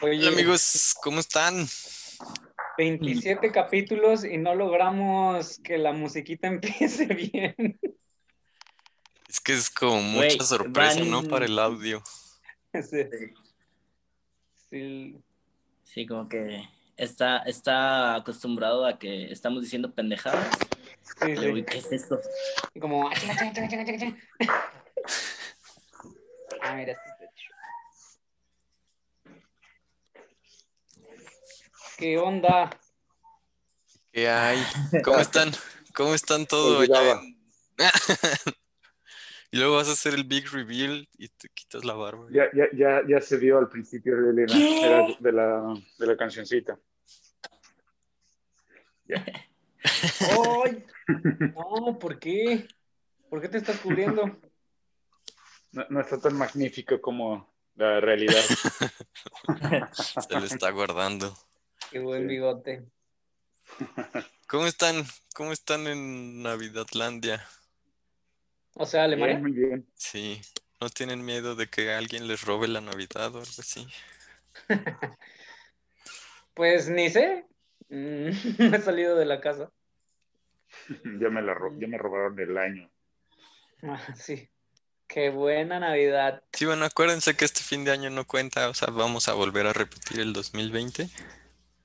Oye, amigos, ¿cómo están? 27 capítulos y no logramos que la musiquita empiece bien. Es que es como Güey, mucha sorpresa, van- ¿no? Para el audio. Sí. Sí. Sí, como que está, está acostumbrado a que estamos diciendo pendejadas. Sí, Pero, sí. güey, ¿qué es esto? Como. Ah, mira, este está chido. ¿Qué onda? ¿Qué hay? ¿Cómo están? ¿Cómo están todo allá? Olvidaba. en- y luego vas a hacer el big reveal y te quitas la barba. Ya, ya, ya, ya se vio al principio de Elena, ¿Qué? era de, la, de la cancioncita. ¡Ay! No, ¿por qué? ¿Por qué te estás cubriendo? No, no está tan magnífico como la realidad. Se lo está guardando. Qué buen bigote. ¿Cómo están? ¿Cómo están en Navidadlandia? O sea, Bien, Alemania. muy bien. Sí. ¿No tienen miedo de que alguien les robe la Navidad o algo así? Pues ni sé. Mm, No he salido de la casa. Ya me, la, ro- ya me robaron el año. Ah, Sí. Qué buena Navidad. Sí, bueno, acuérdense que este fin de año no cuenta, o sea, vamos a volver a repetir el 2020. Ujú.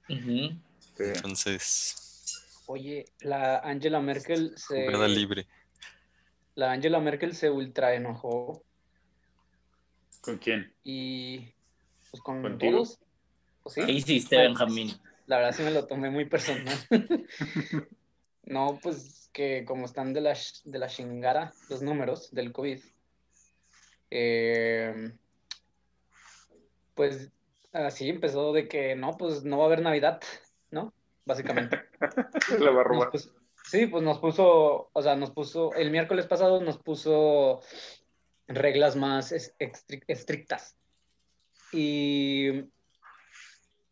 Sí. Entonces, Oye, la Angela Merkel se. jugada libre. La Angela Merkel se ultra enojó ¿Con quién? y pues con ¿Contigo? todos. Pues, ¿Qué sí, hiciste, este Benjamín? la verdad sí me lo tomé muy personal. no, pues que como están de la, sh- de la chingada los números del COVID, eh, pues así empezó de que no, pues no va a haber Navidad, ¿no? Básicamente. Se la va Nos a robar. puso- sí, pues nos puso, o sea, nos puso, el miércoles pasado nos puso reglas más es- extri- estrictas. Y,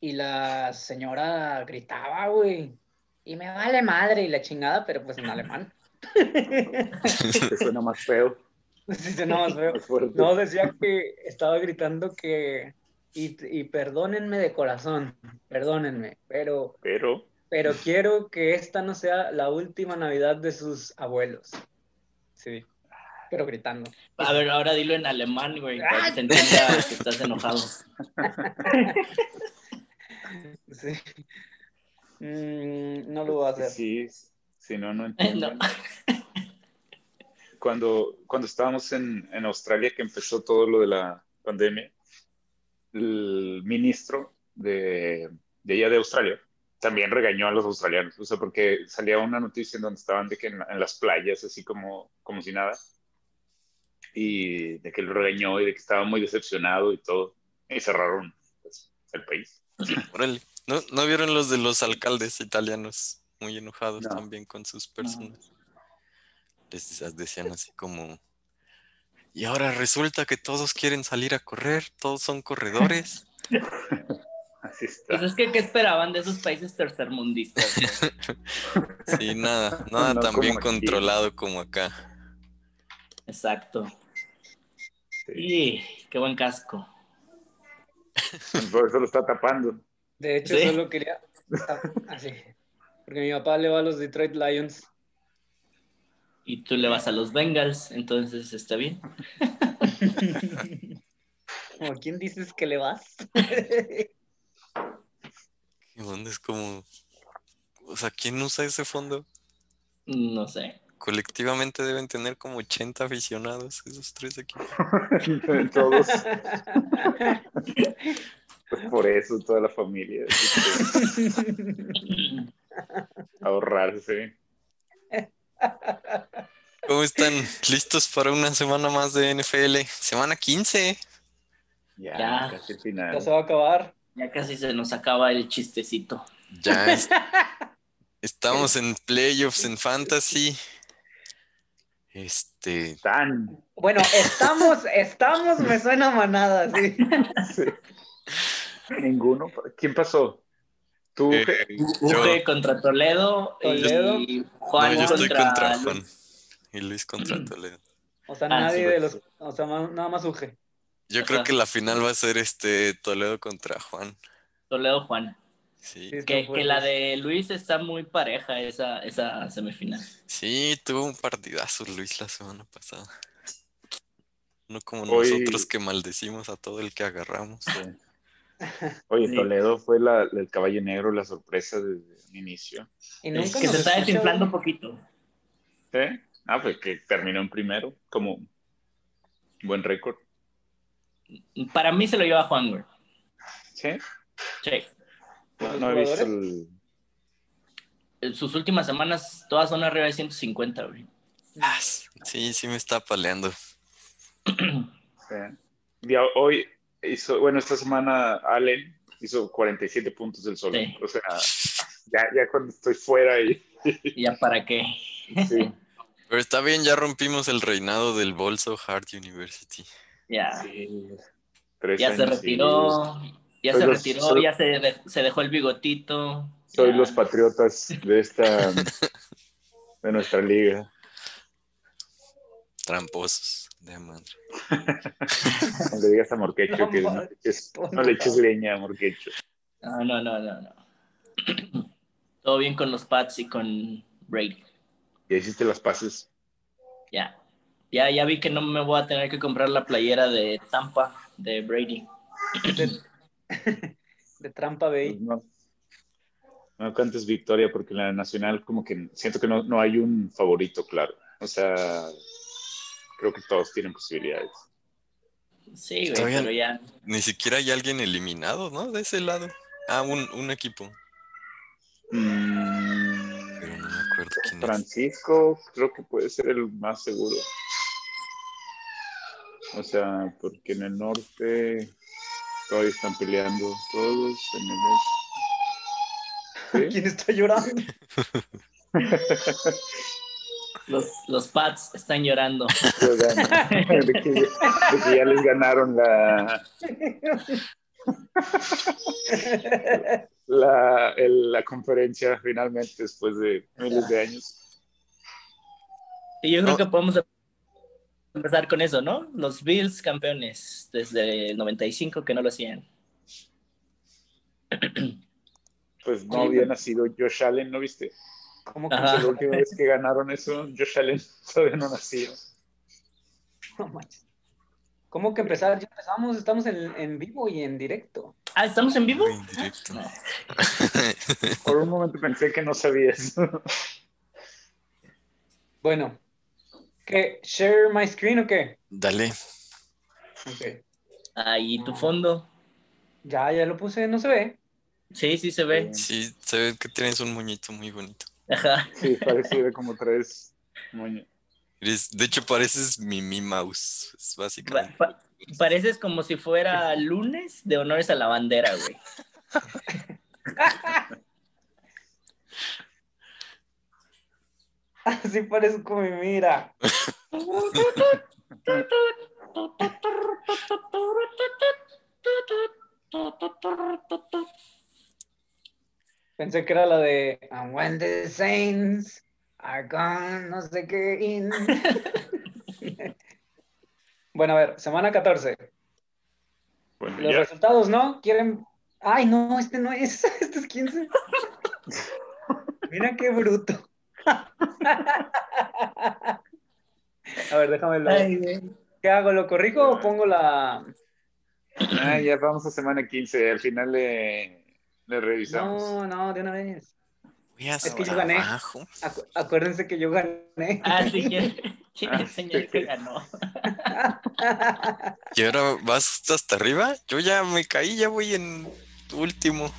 y la señora gritaba, güey, y me vale madre y la chingada, pero pues en alemán. Te suena más feo, Sí, se nada más veo. más fuerte. No, decía que estaba gritando que, y, y perdónenme de corazón, perdónenme, pero Pero, Pero quiero que esta no sea la última Navidad de sus abuelos. Sí. Pero gritando. A ver, ahora dilo en alemán, güey, para Ah. que se entienda que estás enojado. Sí. Mm, no lo voy a hacer. sí, si no, Eh, no entiendo. No. Cuando, cuando estábamos en, en Australia, que empezó todo lo de la pandemia, el ministro de, de allá de Australia también regañó a los australianos, o sea, porque salía una noticia en donde estaban de que en, en las playas, así como, como si nada, y de que lo regañó y de que estaba muy decepcionado y todo, y cerraron pues, el país. Órale. ¿No, no vieron los de los alcaldes italianos? Muy enojados No. también con sus personas. Les decían así como... Y ahora resulta que todos quieren salir a correr, todos son corredores. Así está. Pues es que, ¿qué esperaban de esos países tercermundistas? güey? Sí, nada, nada No tan bien como aquí. controlado como acá. Exacto. Sí. Y qué buen casco. Por eso lo está tapando. De hecho, Sí. solo quería. Ah, Así. Porque mi papá le va a los Detroit Lions. Y tú le vas a los Bengals, entonces está bien. ¿A quién dices que le vas? ¿Qué onda? Es como... O sea, ¿quién usa ese fondo? No sé. Colectivamente deben tener como 80 aficionados esos tres aquí. Todos, pues por eso toda la familia. así que Ahorrarse. ¿Cómo están? ¿Listos para una semana más de NFL? Semana 15. Ya, Ya. casi el Ya final. se va a acabar. Ya casi se nos acaba el chistecito. Ya es- estamos en playoffs en fantasy. Este, Tan. Bueno, estamos, estamos, me suena manada, sí. Sí. Ninguno. ¿Quién pasó? Tú, Eh, Je- yo, Uge contra Toledo, Toledo. y no, Juan Juan yo estoy contra, contra Luz. Juan y Luis contra Toledo. O sea, Ah, nadie sí, de güey. los. O sea, ma- nada más Uge. Yo creo Ajá. que la final va a ser este Toledo contra Juan. Toledo Juan. Sí, Sí, están Que, que fuertes. la de Luis está muy pareja esa, esa semifinal. sí, tuvo un partidazo Luis la semana pasada. No como Hoy- nosotros que maldecimos a todo el que agarramos. Oye, Sí. Toledo fue la, el caballo negro, la sorpresa desde el inicio. Y Es nunca que nos se está escucha, desinflando un güey. poquito. ¿Eh? Ah, pues que terminó en primero, como buen récord. Para mí se lo lleva Juan, güey. ¿Sí? Sí. No, ¿Los no he visto jugadores? el... En Sus últimas semanas todas son arriba de 150, güey. Sí, sí me está paleando. ¿eh? Ya hoy hizo, bueno, esta semana Allen hizo 47 puntos del sol. Sí. O sea, ya, ya cuando estoy fuera ahí. ¿Y ya para qué? Sí, Pero está bien, ya rompimos el reinado del Bolso Hard University. Ya, sí. Tres ya se años seguidos. retiró. Ya Soy se los- retiró, soy- ya se, de- se dejó el bigotito. Soy ya. los patriotas de esta de nuestra liga. Tramposos de madre. No le digas a Morquecho No, que no, madre. le eches- no le eches leña a Morquecho. No, Ah, no, no, no, no. Todo bien con los Pats y con Brady. Ya hiciste las pases. Ya. Ya, ya vi que no me voy a tener que comprar la playera de Tampa de Brady. De, de Trampa Pues Bay. No, no cantes victoria porque en la nacional como que siento que no, no hay un favorito, claro. O sea, creo que todos tienen posibilidades. Sí, Está güey, bien. pero ya. Ni siquiera hay alguien eliminado, ¿no? De ese lado. Ah, un, un equipo. Pero no me acuerdo quién es. Mm, Francisco creo que puede ser el más seguro. O sea, porque en el norte todavía están peleando todos. En el este. ¿Quién está llorando? Los, los Pats están llorando. Yo gano. De que, de que ya les ganaron la, la, el- la conferencia finalmente después de miles de años. Y yo creo No. que podemos empezar con eso, ¿no? Los Bills campeones desde el 95 que no lo hacían. Pues no había nacido Josh Allen, ¿no viste? ¿Cómo Ajá. La última vez que ganaron eso, Josh Allen todavía no nació. No manches. ¿Cómo que empezar? Ya empezamos, estamos en, en vivo y en directo. Ah, ¿estamos en vivo? Muy indirecto. Por un momento pensé que no sabías. Bueno, ¿qué? ¿Share my screen o qué? Dale. Ok. Ahí tu fondo. Ya, ya lo puse, no se ve. Sí, sí se ve. Sí, se ve que tienes un moñito muy bonito. Ajá. Sí, pareciera como tres moños. Eres- de hecho, pareces Mimi Mouse. Es Pa- básicamente. pa- pareces como si fuera lunes de honores a la bandera, güey. Así parezco mi mira. Pensé que era la de And when the saints are gone, no sé qué. in". bueno, a ver, semana 14. Bueno, Los ya. resultados, ¿no? ¿Quieren? Ay, no, este no es. Este es 15. Mira qué bruto. A ver, déjame lo. Ay, güey. ¿Qué hago? ¿Lo corrijo o pongo la.? Ah, ya vamos a semana 15. Al final le, le revisamos. No, no, de una vez. Voy hasta que yo gané. abajo. Acu- acuérdense que yo gané. Ah, sí, quiere, quiere enseñar que ganó. ¿Y ahora vas hasta arriba? Yo ya me caí, ya voy en último.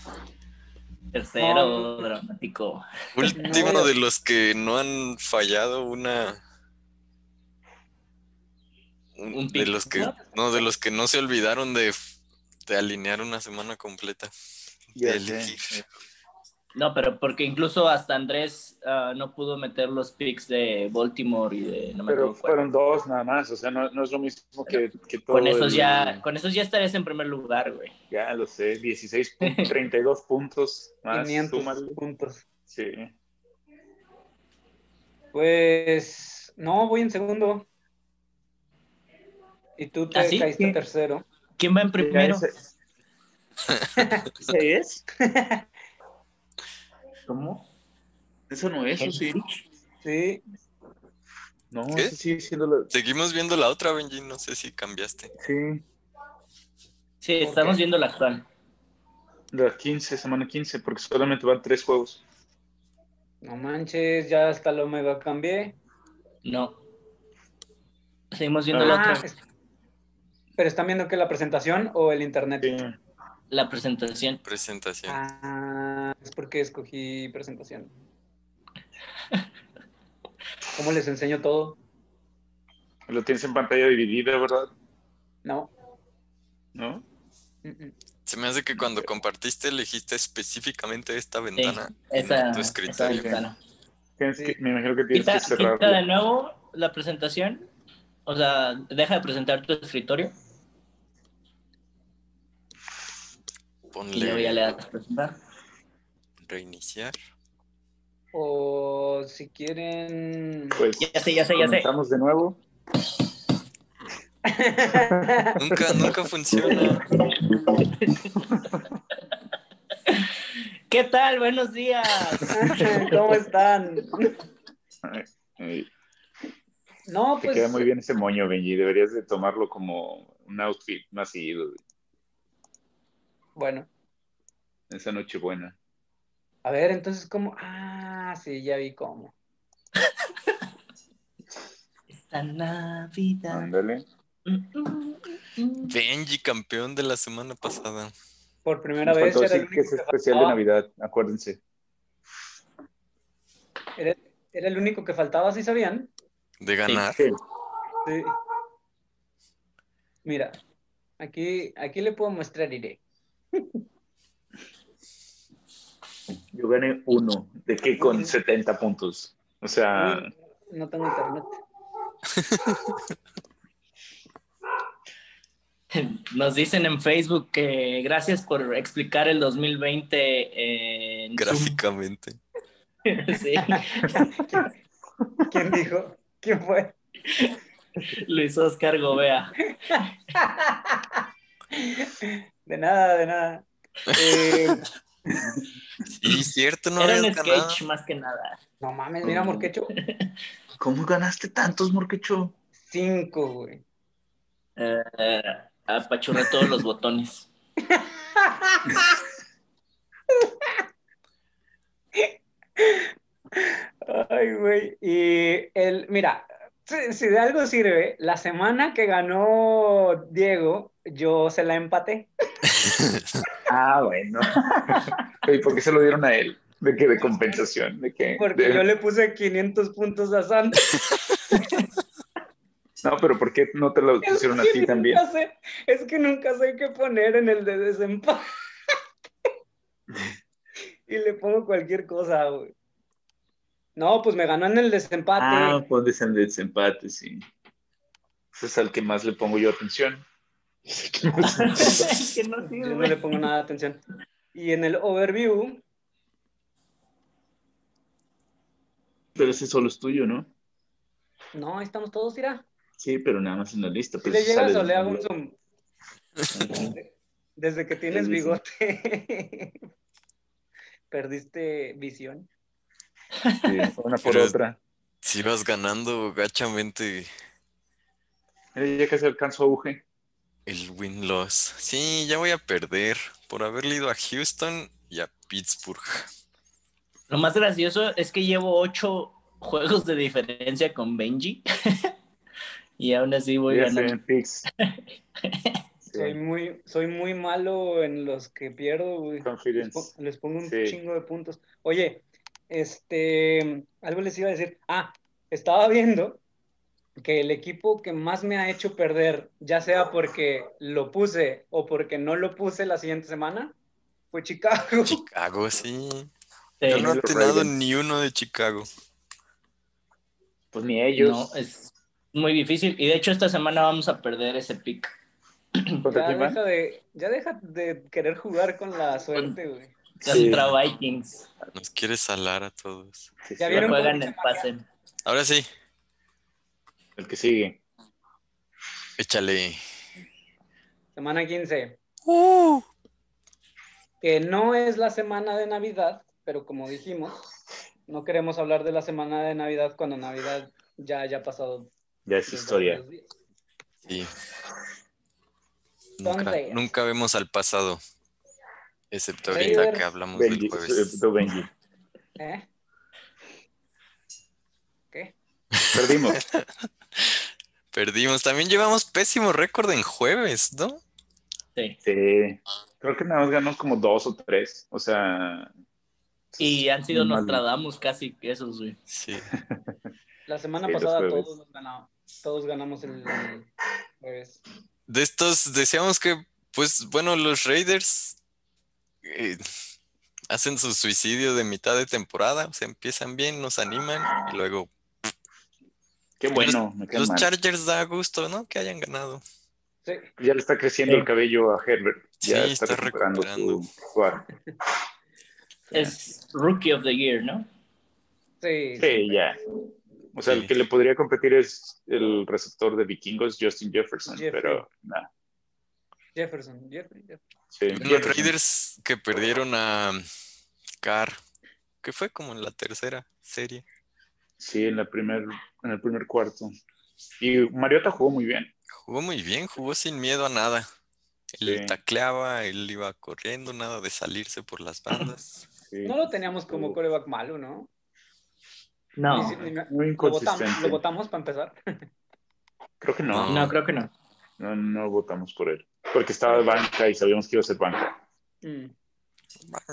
Tercero, dramático. Último No. de los que no han fallado una. un- Un de pick. los que. No, de los que no se olvidaron de, de alinear una semana completa. Ya de sé. elegir. No, pero porque incluso hasta Andrés ah, no pudo meter los picks de Baltimore y de no me Pero acuerdo cuál. fueron dos nada más, o sea, no, no es lo mismo que, que todo. Con esos el- ya, con esos ya estarías en primer lugar, güey. Ya lo sé, 16, pu- 32 puntos más. 500 Ah, súmale. puntos. Sí. Pues no, voy en segundo. Y tú te ¿Ah, sí? caíste ¿Qué? tercero. ¿Quién va en primero? Ya ese- ¿Ese es? ¿Cómo? Eso no es, ¿o sí. Sí, No, ¿Qué? eso sigue siendo la... Seguimos viendo la otra, Benji. No sé si cambiaste. Sí, Sí, estamos viendo la actual. la 15, semana 15, porque solamente van tres juegos. no manches, ya hasta lo mega cambié. No. Seguimos viendo la Ah, otra. es- pero están viendo que la presentación o el internet. Sí. La presentación. Presentación. Ah, es porque escogí presentación. ¿Cómo les enseño todo? Lo tienes en pantalla dividida, ¿verdad? No. ¿No? mm, mm. Se me hace que cuando compartiste elegiste específicamente esta ventana. Esa, tu esa escritorio. ventana. Tienes Sí. que- me imagino que tienes Quita, que cerrar. quita de nuevo la presentación. O sea, deja de presentar tu escritorio y luego ya le Ponle das presentar. reiniciar. O si quieren. Pues, Ya sé, ya sé, ya sé. comenzamos de nuevo. Nunca, nunca funciona. ¿Qué tal? Buenos días. ¿Cómo están? Ay, No, Te pues. queda muy bien ese moño, Benji. Deberías de tomarlo como un outfit más seguido. güey. Bueno, Esa noche buena. a ver, entonces, ¿cómo? Ah, sí, ya vi cómo. Esta Navidad. Ándale. Mm, mm, mm. Benji, campeón de la semana pasada. Por primera Nos vez faltó era el decir que único es que especial de faltaba. Navidad, acuérdense. Era, era el único que faltaba, ¿sí sabían? De ganar. Sí. Sí. Mira, aquí, aquí le puedo mostrar iré. Yo gané uno. ¿De qué? Con 70 puntos. O sea, No tengo internet. Nos dicen en Facebook que gracias por explicar el 2020 en Zoom. Gráficamente. Sí, ¿Quién dijo? ¿Quién fue? Luis Oscar Gobea. De nada, de nada. Eh, Y cierto, no Era habías un ganado. sketch más que nada. no mames, mira, Morquecho. ¿cómo ganaste tantos, Morquecho? Cinco, güey. Eh, apachurré todos los botones. Ay, güey. Y el, mira, si, si de algo sirve, la semana que ganó Diego, yo se la empaté. Ah, bueno. ¿Y por qué se lo dieron a él? ¿De qué? ¿De compensación? ¿De qué? Porque De- yo le puse 500 puntos a Santos. No, pero ¿por qué no te lo pusieron a Es que ti nunca también? sé- es que nunca sé qué poner en el de desempate. y le pongo cualquier cosa, güey. No, pues me ganó en el desempate. Ah, pones en desempate, sí. Ese es al que más le pongo yo atención. Que no sirve. Yo no le pongo nada de atención. Y en el overview, Pero ese solo es tuyo, ¿no? no, ahí estamos todos, irá. Sí, pero nada más en la lista. Si pero le ese llegas Pues sale o de- le hago un zoom. Desde que tienes Sí, sí. bigote, perdiste visión. Sí, una por Pero- otra. Si ibas ganando gachamente Mira, ya casi alcanzó auge. el win-loss. Sí, ya voy a perder por haberle ido a Houston y a Pittsburgh. Lo más gracioso es que llevo ocho juegos de diferencia con Benji. y aún así voy Ya sé, ganando. en picks. Soy Sí, muy, soy muy malo en los que pierdo, güey. Les, confidence. pon- les pongo un Sí. chingo de puntos. Oye, este, algo les iba a decir. Ah, estaba viendo que el equipo que más me ha hecho perder, ya sea porque lo puse o porque no lo puse la siguiente semana, fue Chicago. Chicago, sí. Yo no he Los atinado Ravens. ni uno de Chicago. Pues ni ellos. No, es muy difícil. Y de hecho, esta semana vamos a perder ese pick. ¿Contra Ya quién van? deja, de, ya deja de querer jugar con la suerte, güey. Sí. Contra Vikings. Nos quiere salar a todos. Sí, Ya sí, vieron. van. Juegan el pase. Ahora sí, El que sigue. échale. Semana 15. Que no es la semana de Navidad, pero como dijimos, no queremos hablar de la semana de Navidad cuando Navidad ya haya pasado. Ya es historia. los días. Sí. Nunca, Entonces- nunca vemos al pasado. Excepto ahorita Raiders. que hablamos Benji, del jueves. eh, Benji. ¿Eh? ¿Qué? Perdimos. Perdimos. También llevamos pésimo récord en jueves, ¿no? Sí. Sí. Creo que nada más ganó como dos o tres. O sea, Y han sido Mal. Nostradamus casi esos, güey. Sí. La semana Sí, los pasada jueves. todos, los ganamos, todos ganamos el el jueves. De estos, decíamos que, pues, bueno, los Raiders eh, hacen su suicidio de mitad de temporada. O sea, empiezan bien, nos animan y luego qué bueno. me cae Los mal. Chargers da gusto, ¿no? Que hayan ganado. Sí, Ya le está creciendo Sí. el cabello a Herbert. Ya Sí, está, está recuperando, recuperando. su- su arte. Es Rookie of the Year, ¿no? sí. Sí, ya. O sea, Sí. el que le podría competir es el receptor de vikingos, Justin Jefferson, Jeffrey. pero nada. Jefferson, Jeffrey, Jefferson. Sí, Los Jefferson. Raiders que perdieron a Carr, que fue como en la tercera serie. Sí, en, la primer, en el primer cuarto. Y Mariota jugó muy bien. Jugó muy bien, jugó sin miedo a nada. Él Sí. tacleaba, él iba corriendo, nada de salirse por las bandas. Sí. No lo teníamos como coreback malo, ¿no? Ni No, si- ni me- Muy lo, votamos, inconsistente. lo votamos para empezar. Creo que no. no, creo que no. no. no votamos por él. Porque estaba de banca y sabíamos que iba a ser banca. Mm.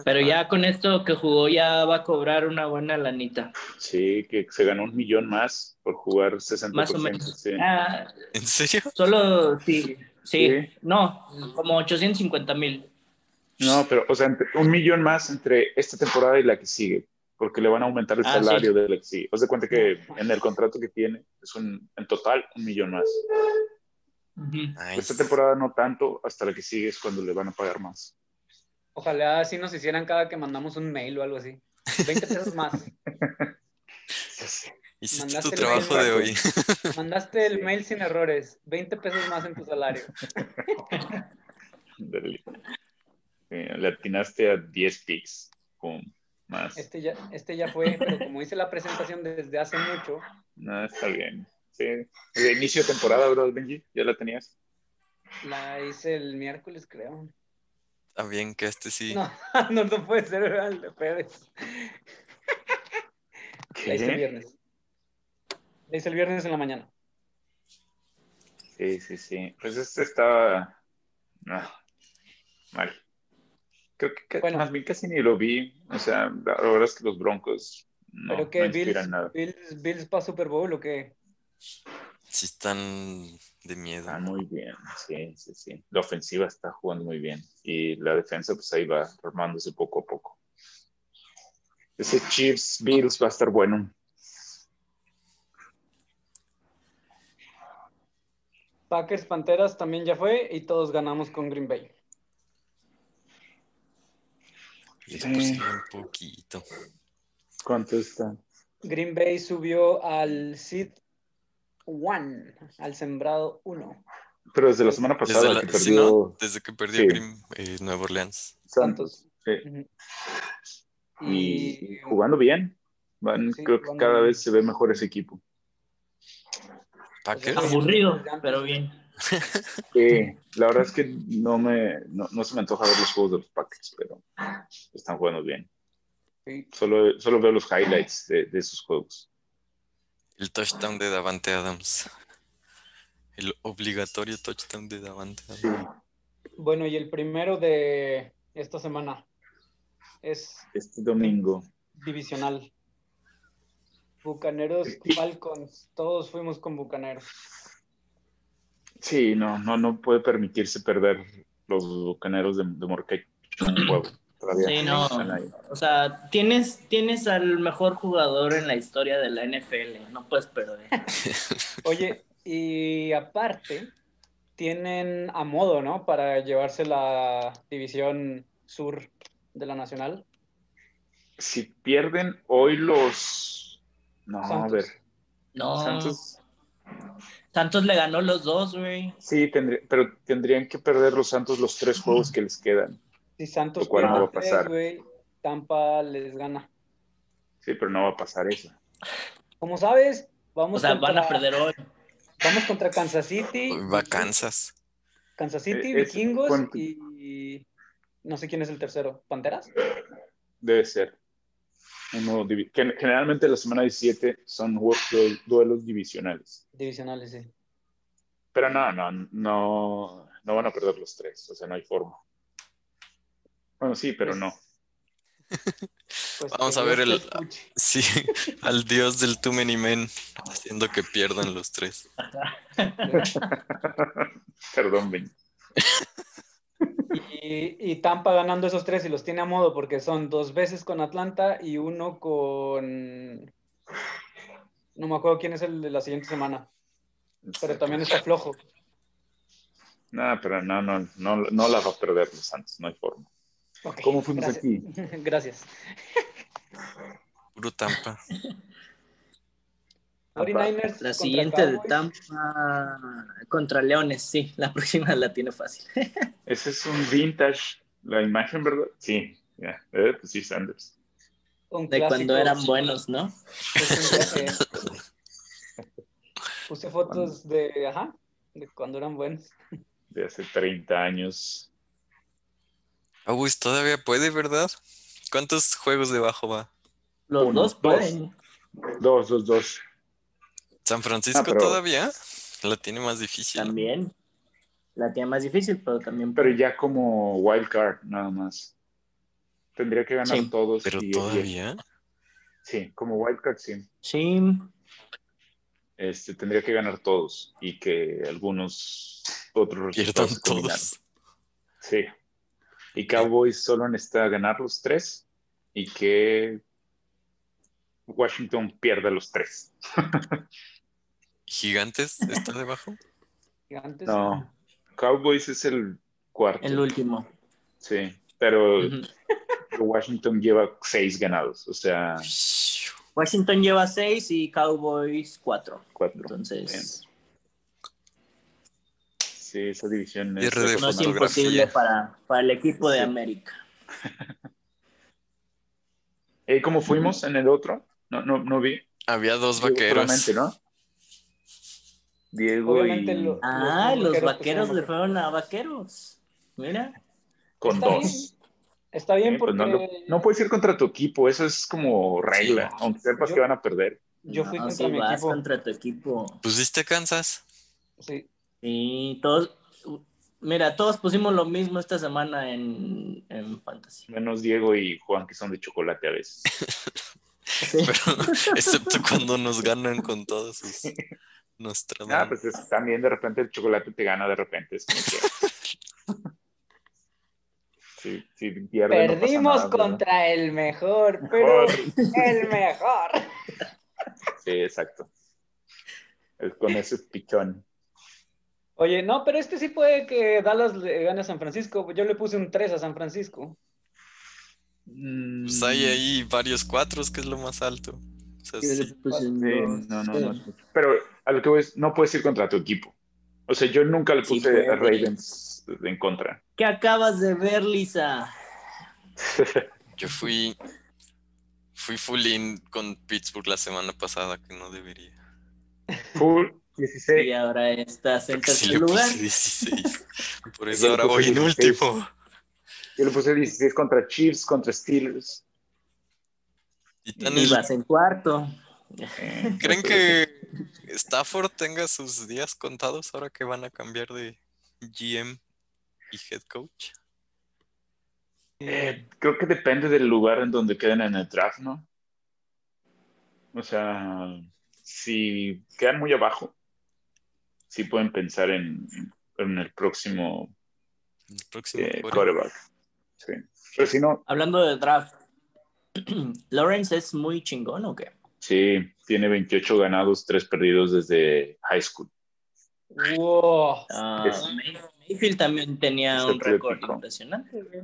Pero ya con esto que jugó ya va a cobrar una buena lanita. Sí, que se ganó un millón más por jugar 60%. Más o menos. Sí. Ah, ¿En serio? solo sí, sí, Sí. no, como 850 mil. No, pero, o sea, entre- un millón más entre esta temporada y la que sigue, porque le van a aumentar el Ah, salario de la que sigue. Haz de cuenta que en el contrato que tiene es un, en total un millón más. Esta Nice. temporada no tanto, hasta la que sigue es cuando le van a pagar más. Ojalá así nos hicieran cada que mandamos un mail o algo así. 20 pesos más. Hiciste tu Mandaste el trabajo mail, de Paco. hoy. Mandaste el Sí. mail sin errores. 20 pesos más en tu salario. Ándale. Eh, Le atinaste a 10 picks, pum, más. Este ya, este ya fue, pero como hice la presentación desde hace mucho, No, está bien. Sí. De inicio de temporada, ¿verdad, Benji? ¿Ya la tenías? la hice el miércoles, creo. Está bien que este sí. No, no, no puede ser ¿verdad? el de Pérez. La hice el viernes. La hice el viernes en la mañana. Sí, sí, sí. Pues este estaba. No, mal. Creo que ca- Bueno. más bien casi ni lo vi. O sea, la la verdad es que los Broncos no, ¿Pero no qué? inspiran ¿Bills, nada. Bills, Bills para Super Bowl o qué? Sí están de miedo. Está muy bien. Sí, sí, sí. La ofensiva está jugando muy bien. Y la defensa, pues ahí va armándose poco a poco. Ese Chiefs Bills va a estar bueno. Packers, Panteras también ya fue y todos ganamos con Green Bay. Les pusieron un poquito. ¿Cuánto está? Green Bay subió al seed 1, al sembrado 1. Pero desde la semana Desde, pasada la- que sí, ¿no? perdió Desde que perdió Sí. Green- eh, Nueva Orleans. Santos. Sí. Y, y jugando bien. Van- Sí, creo que jugando cada bien. vez se ve mejor ese equipo. Packers. Aburrido, pero bien. Sí, la verdad es que no me no, no se me antoja ver los juegos de los Packers, pero están jugando bien. sí, Solo, solo veo los highlights de, de esos juegos. El touchdown de Davante Adams. El obligatorio touchdown de Davante Adams. bueno, y el primero de esta semana es Este domingo. divisional. Bucaneros, Falcons, todos fuimos con Bucaneros. Sí, no, no, no puede permitirse perder los bucaneros de, de Morquech un juego tras Australia. Sí, no. O sea, tienes, tienes al mejor jugador en la historia de la NFL, no puedes perder. Oye, y aparte, tienen a modo, ¿no? Para llevarse la división sur de la nacional. Si pierden hoy los... No, Santos. a ver. No, Santos, Santos. le ganó los dos, güey. Sí, tendría- pero tendrían que perder los Santos los tres juegos que les quedan. Si Santos Lo cual no pierde va a pasar. güey, Tampa les gana. Sí, pero no va a pasar eso. Como sabes, vamos, O sea, contra, van a perder hoy. vamos contra Kansas City. Pues Va a Kansas. Kansas City, Eh, es- Vikingos ¿cuánto? y no sé quién es el tercero. ¿Panteras? Debe ser. Uno divi- gen- generalmente la semana 17 son jue- du- duelos divisionales. Divisionales, sí. Pero no, no, no, no van a perder los tres. O sea, no hay forma. Bueno, sí, pero no. Pues, Vamos que a ver Dios el- te escuche. Sí, al dios del Too Many Men, haciendo que pierdan los tres. Perdón, Ben. Y, y Tampa ganando esos tres y los tiene a modo porque son dos veces con Atlanta y uno con. No me acuerdo quién es el de la siguiente semana, pero también está flojo. No, pero no, no, no, no la va a perder los Santos. No hay forma. Ok, ¿Cómo fuimos gracias. aquí? Gracias. Puro Tampa. 49ers La contra siguiente de Cowboys. Tampa contra Leones, sí, la próxima la tiene fácil. Ese es un vintage. La imagen, ¿verdad? Sí. ya. Eh, pues sí, Sanders. Un De cuando clásico. eran buenos, ¿no? Es un viaje. Puse fotos de, ajá, de cuando eran buenos. De hace 30 años. Cowboys todavía puede, ¿verdad? ¿Cuántos juegos debajo va? Los Uno, dos dos. pueden. Dos, dos, dos. ¿San Francisco Ah, pero- todavía? La tiene más difícil. También. La tiene más difícil, pero también. Pero ya como wild card, nada más. Tendría que ganar Sí, todos. Pero y- y- todavía. sí, como wild card, sí. Sí. Este, tendría que ganar todos y que algunos otros Pierdan resultados se combinaran. todos. Sí. Y Cowboys solo necesita ganar los tres y que Washington pierda los tres. ¿Gigantes está debajo? Gigantes. No. Cowboys es el cuarto. El último. Sí. Pero Ujú. Washington lleva seis ganados, o sea, Washington lleva seis y Cowboys cuatro. cuatro. Entonces, Sí, esa división es Pierde de no es fotografía. imposible para, para el equipo de Sí. América. Eh, ¿Cómo fuimos en el otro? No, no, no vi. Había dos Diego vaqueros. solamente, ¿no? Diego Obviamente y... lo- Ah, Los los, vaqueros vaqueros pusieron le fueron a vaqueros. Mira, con Está dos. Está bien Eh, pues porque no, lo- no puedes ir contra tu equipo, eso es como regla, Sí. aunque sepas Yo- que van a perder. yo fui No, contra sí, mi vas equipo. contra tu equipo. ¿Pusiste a Pues Kansas? Sí, Sí, todos. Mira, todos pusimos lo mismo esta semana en, en Fantasy. Menos Diego y Juan, que son de chocolate a veces. Sí. Pero, excepto cuando nos ganan con todos sus nuestras Ah, pues es- también de repente el chocolate te gana de repente. es como que- Sí, sí, pierde, no pasa perdimos nada, ¿verdad? contra el mejor, pero Mejor. el mejor. Sí, exacto. Es con ese pichón. Oye, no, pero este sí puede que Dallas le gane a San Francisco. Yo le puse un 3 a San Francisco. Pues mm. hay ahí varios cuatros, que es lo más alto. O sea, Yo le sí. puse un Sí, dos. no, no, no. Pero a lo que voy es, no puedes ir contra tu equipo. O sea, yo nunca le Sí, puse puede. a Ravens en contra. ¿Qué acabas de ver, Lisa? Yo fui, fui full in con Pittsburgh la semana pasada, que no debería. Full Y 16. ahora estás en Porque sí tercer le lugar. puse 16. Por eso Yo le ahora puse voy en 16. último. Yo le puse 16 contra Chiefs, contra Steelers. Titan Y el- vas en cuarto. Eh, ¿Creen eso- que Stafford tenga sus días contados ahora que van a cambiar de GM y head coach? Eh, creo que depende del lugar en donde queden en el draft, ¿no? O sea, si quedan muy abajo, sí pueden pensar en, en el próximo El próximo eh, quarterback. quarterback. Sí. Pero si no, Hablando de draft, ¿Lawrence es muy chingón o qué? sí, tiene 28 ganados, 3 perdidos desde high school. Wow. Ah, Es- May- Mayfield también tenía es un récord atlético. impresionante. güey.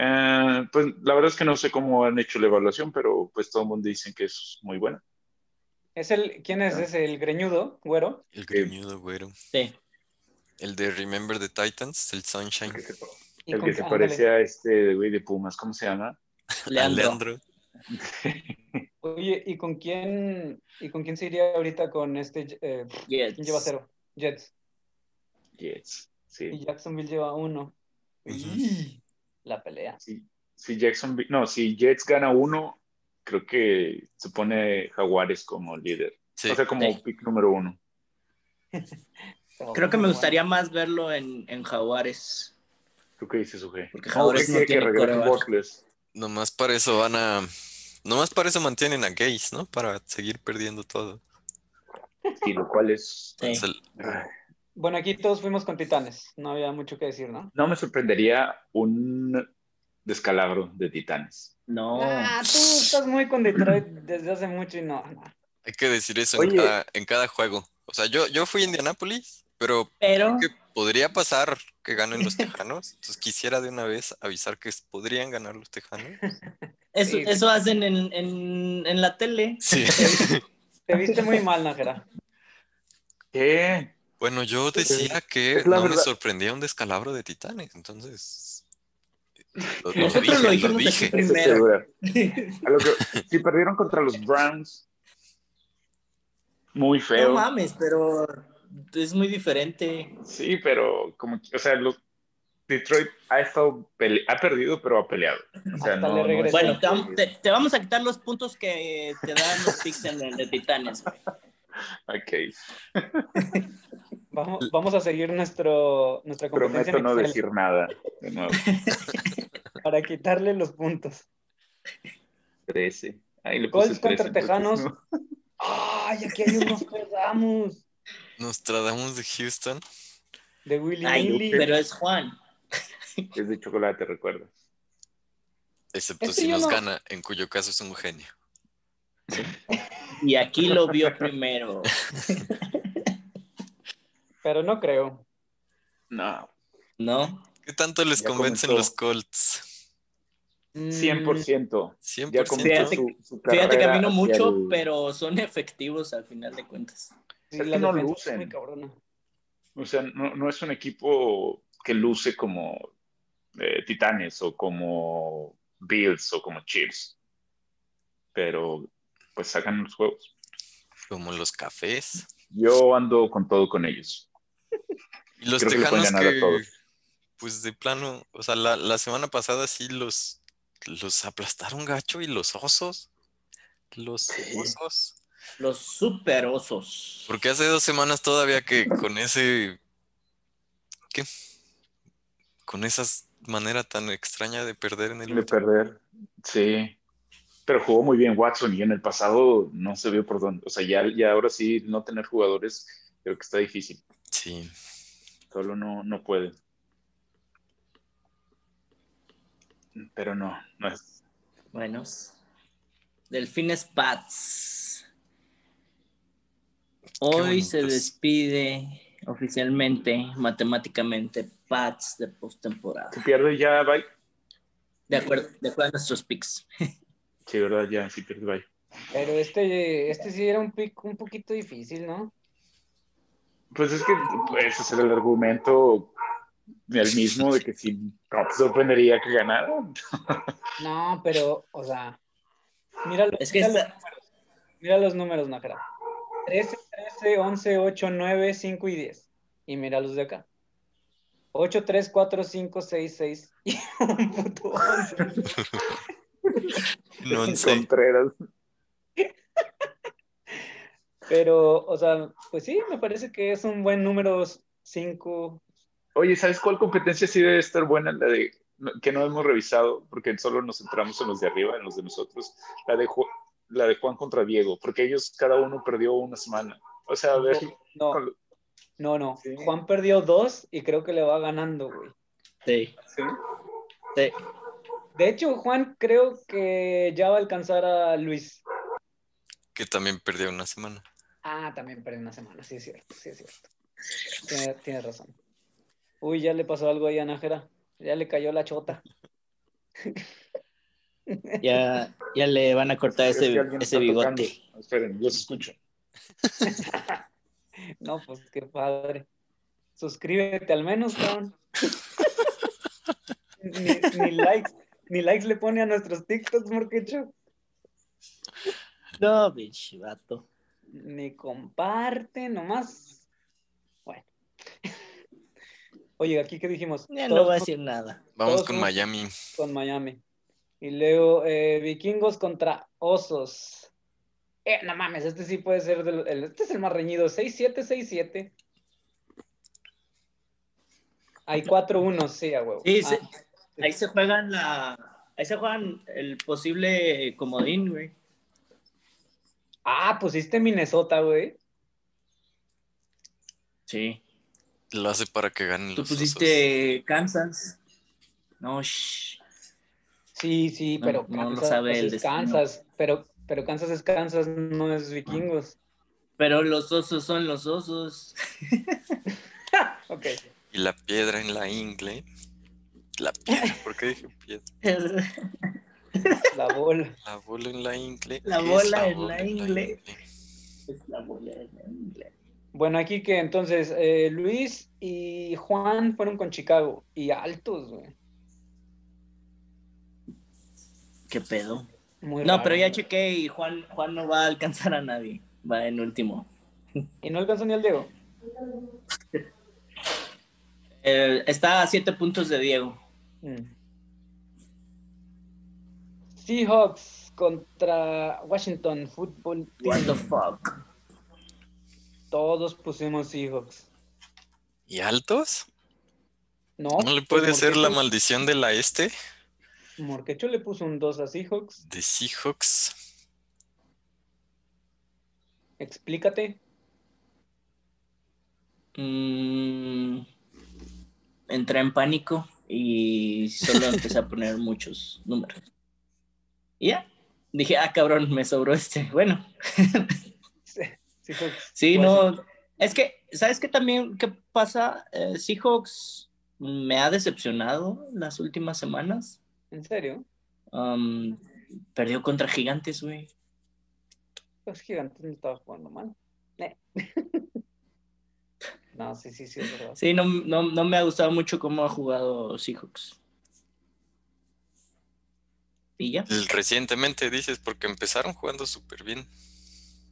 Eh, pues la verdad es que no sé cómo han hecho la evaluación, pero pues todo el mundo dice que es muy buena. ¿Es el, ¿Quién es? ¿Es el greñudo, güero? El eh, greñudo, güero. Sí. El de Remember the Titans, el Sunshine. El que se, Y el con- que se ándale. parece a este güey de Pumas, ¿cómo se llama? Leandro. Leandro. Oye, ¿y con quién, ¿y con quién se iría ahorita con este? eh, Jets. ¿Quién lleva cero? Jets. Yes. Y Sí. Jacksonville lleva uno. Ujú. Y La pelea. sí. Si Jackson, no, si Jets gana uno, creo que se pone Jaguares como líder. Sí, O sea, como Sí. pick número uno. Creo que me gustaría más verlo en, en Jaguares. ¿Tú qué dices, Uge? Porque Jaguares no Uge tiene regrese coreback. Bortles. nomás para eso van a. Nomás para eso mantienen a Gaze, ¿no? Para seguir perdiendo todo. Sí, lo cual es... Ah, Sí. O sea, Bueno, aquí todos fuimos con Titanes. No había mucho que decir, ¿no? No me sorprendería un descalabro de Titanes. No. Ah, tú estás muy con Detroit desde hace mucho y no. no. hay que decir eso en Oye. cada, en cada juego. O sea, yo, yo fui a Indianápolis, pero Pero que podría pasar que ganen los Tejanos. Entonces quisiera de una vez avisar que podrían ganar los Tejanos. eso, Sí. eso hacen en, en, en la tele. Sí. Te viste muy mal, Najera. ¿Qué? Bueno, yo decía que es la no me verdad. sorprendía un descalabro de Titanes, entonces. Lo, lo Nosotros lo dije, lo dijimos aquí dije. Eso es primero. seguro. A lo que, si perdieron contra los Browns, muy No feo. mames, pero es muy diferente. sí, pero como, que- o sea, los- Detroit ha estado, pele- ha perdido, pero ha peleado. O sea, Hasta no- le no regresó. es- Bueno, te, vam- te- te vamos a quitar los puntos que te dan los picks en el de Titanes. güey. Ok, Vamos, vamos a seguir nuestro, nuestra competencia prometo en no Excel decir nada. De nuevo, para quitarle los puntos. 13. Ahí le puse Colts contra 13, Tejanos. entonces, ¡Ay, aquí hay unos perdamos! Nostradamus de Houston. De Willy Ay, Lilly. pero es Juan. no. Es de chocolate, recuerda. Excepto Este si yo nos no- gana, en cuyo caso es un genio. Y aquí lo vio primero. Pero no creo. No, ¿No? ¿Qué tanto les Ya convencen comenzó. los Colts? Mm, 100%. Ya 100%. comenzó Fíjate- su, su carrera. Fíjate que a mí no hacia mucho, el- pero son efectivos al final de cuentas. Mm, sí, es la que no defensa es lucen. muy cabrona. O sea, no, no es un equipo que luce como eh, Titanes o como Bills o como Chiefs. Pero pues sacan los juegos. Como los cafés. Yo ando con todo con ellos. Y los Creo que le pueden tejanos ganar a que, todos. pues de plano, o sea, la, la semana pasada sí los, los aplastaron gacho y los osos. Los osos. Los super osos. Porque hace dos semanas todavía que con ese. ¿Qué? Con esa manera tan extraña de perder en el De último. perder. Sí. Pero jugó muy bien Watson y en el pasado no se vio por dónde. O sea, ya, ya ahora sí no tener jugadores creo que está difícil. Sí. Solo no, no puede. Pero no, no es. Buenos. Delfines Pats. Hoy se bonitos. despide oficialmente, matemáticamente, Pats de Si postemporada. pierde ya, bye. De acuerdo, de acuerdo a nuestros picks. Sí, verdad, ya, sí pierde, bye. Pero este, este sí era un pick un poquito difícil, ¿no? Pues es que ese es el argumento el mismo de que si no te sorprendería que ganara. No, pero, o sea, mira, lo- Es que mira, esta- los, mira los números, Najera. 13, 13, 11, 8, 9, 5 y 10. Y mira los de acá. 8, 3, 4, 5, 6, 6 y un puto 11. No sé. Contreras. Pero, o sea, pues sí, me parece que es un buen número 5. Oye, ¿sabes cuál competencia sí debe estar buena? La de que no hemos revisado, porque solo nos centramos en los de arriba, en los de nosotros. La de, Ju- la de Juan contra Diego, porque ellos cada uno perdió una semana. O sea, a ver, No, Pues con- no, no. Sí. Juan perdió 2 y creo que le va ganando, güey. sí, ¿sí? Sí. De hecho, Juan creo que ya va a alcanzar a Luis. que también perdió una semana. Ah, también perdí una semana, sí es cierto, sí es cierto. Tiene- Tienes razón. Uy, ya le pasó algo ahí a Nájera. Ya le cayó la chota. Ya, ya le van a cortar Es que ese, alguien ese está bigote. tocando. Esperen, los escucho. No, pues qué padre. Suscríbete al menos, cabrón. ni, ni likes, ni likes le pone a nuestros TikToks, Morquecho. No, pinche vato. Ni comparte, nomás. Bueno. Oye, aquí que dijimos. Ya Todos no va a decir nada. Vamos Todos con somos- Miami. con Miami. Y luego eh, vikingos contra osos. Eh, no mames, este sí puede ser. del- el- este es el más reñido. 6-7, 6-7. Hay 4-1, sí, a huevo. Sí, Ah, sí. Ahí se juegan la. Ahí se juegan el posible comodín, güey. Ah, pusiste Minnesota, güey. Sí. Lo hace para que ganen Tú los osos. pusiste Kansas. No, shh. Sí, sí, No, pero no, no Kansas, sabe pues, el es destino. Kansas. Pero, pero Kansas es Kansas, no es vikingos. Pero los osos son los osos. Ok. Y la piedra en la ingle. La piedra, ¿por qué dije piedra? La bola. La bola en la ingle. La es bola en la ingle. ingle. Es la bola de la ingle. Bueno, aquí que entonces eh, Luis y Juan fueron con Chicago. Y altos, güey. ¿Qué pedo? Muy No, raro, pero ya güey. chequé y Juan, Juan no va a alcanzar a nadie. Va en último. Y no alcanzó ni al Diego. Eh, está a siete puntos de Diego. Mm. Seahawks contra Washington Football What the Team. fuck? Todos pusimos Seahawks. ¿Y altos? No, ¿No le pues puede ser la Morquecho- maldición de la este? Morquecho le puso un 2 a Seahawks. De Seahawks. Explícate. Mm, entré en pánico y solo empecé a poner muchos números. Y ya. Dije, ah, cabrón, me sobró este. Bueno, Seahawks. sí, Washington. no. Es que, ¿sabes qué también? ¿Qué pasa? Eh, Seahawks me ha decepcionado las últimas semanas. ¿En serio? Um, perdió contra Gigantes, güey. Los gigantes no estaban jugando mal. Eh. no, sí, sí, sí, es verdad. Sí, no, no, no me ha gustado mucho cómo ha jugado Seahawks. Y ya. El- Recientemente dices, porque empezaron jugando súper bien.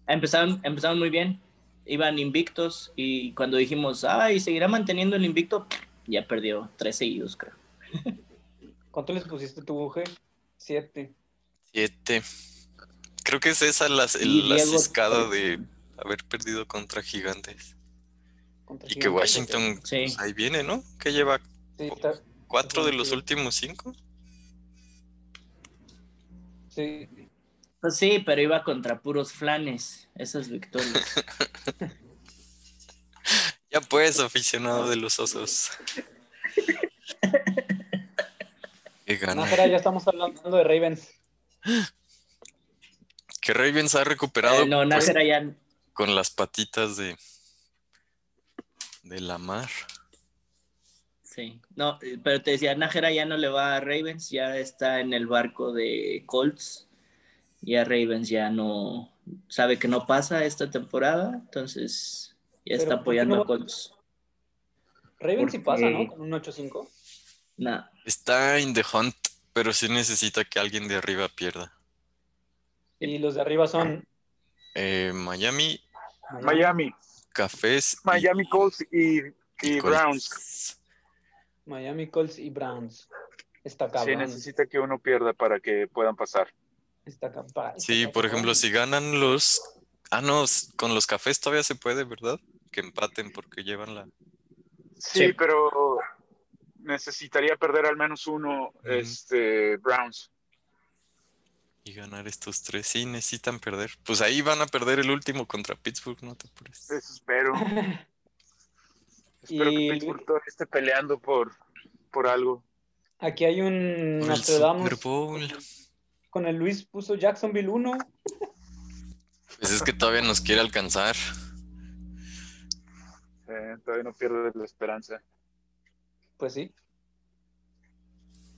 Empezaron, empezaron muy bien. Iban invictos y cuando dijimos, ay, seguirá manteniendo el invicto, ya perdió tres seguidos, creo. ¿Cuánto les pusiste tu buje? Siete. Siete. Creo que es esa la, Y la Diego, ciscada tres. de haber perdido contra gigantes. contra Y que Gigantes. Washington Sí. pues, ahí viene, ¿no? Que lleva Sí, está- cuatro de los Sí. últimos cinco. sí, Pues sí, pero iba contra puros flanes, esas victorias. Ya pues, aficionado de los osos. Que No, gana. espera, ya estamos hablando de Ravens. Que Ravens ha recuperado Eh, no, pues, Nasser ya con las patitas de, de la mar. Sí, no, eh, pero te decía, Nájera ya no le va a Ravens, ya está en el barco de Colts. Ya Ravens ya no sabe que no pasa esta temporada, entonces ya Pero está ¿por qué apoyando no a Colts. Ravens sí pasa, ¿no? Porque- Con un 8-5. Nah, Está in the hunt, pero sí necesita que alguien de arriba pierda. Y los de arriba son Eh, Miami, Miami, Cafés. y- Miami Colts y, y y Colts. Browns. Miami Colts y Browns. Está Sí, cabrón. necesita que uno pierda para que puedan pasar. Está capa- está Sí, por cabrón. ejemplo, si ganan los... Ah, no, s- con los cafés todavía se puede, ¿verdad? Que empaten porque llevan la... Sí, Sí. pero necesitaría perder al menos uno, este, Browns. Y ganar estos tres. Sí, necesitan perder. Pues ahí van a perder el último contra Pittsburgh, no te apures. Eso espero. Espero Y- que Pittsburgh todavía esté peleando por, por algo. Aquí hay un Por el Nostradamus. Super Bowl. Con el Luis puso Jacksonville 1. Pues es que todavía nos quiere alcanzar. Eh, todavía no pierdes la esperanza. Pues sí.